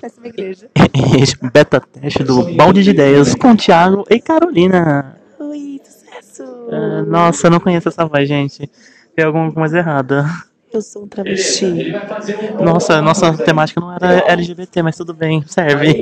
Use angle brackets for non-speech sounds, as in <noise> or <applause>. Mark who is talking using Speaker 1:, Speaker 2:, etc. Speaker 1: Péssima é igreja.
Speaker 2: Este <laughs> beta teste do balde de ideias com Thiago e Carolina.
Speaker 1: Oi, sucesso!
Speaker 2: Ah, nossa, eu não conheço essa voz, gente. Tem alguma coisa errada.
Speaker 1: Eu sou um travesti.
Speaker 2: Nossa, nossa temática não era LGBT, mas tudo bem, serve.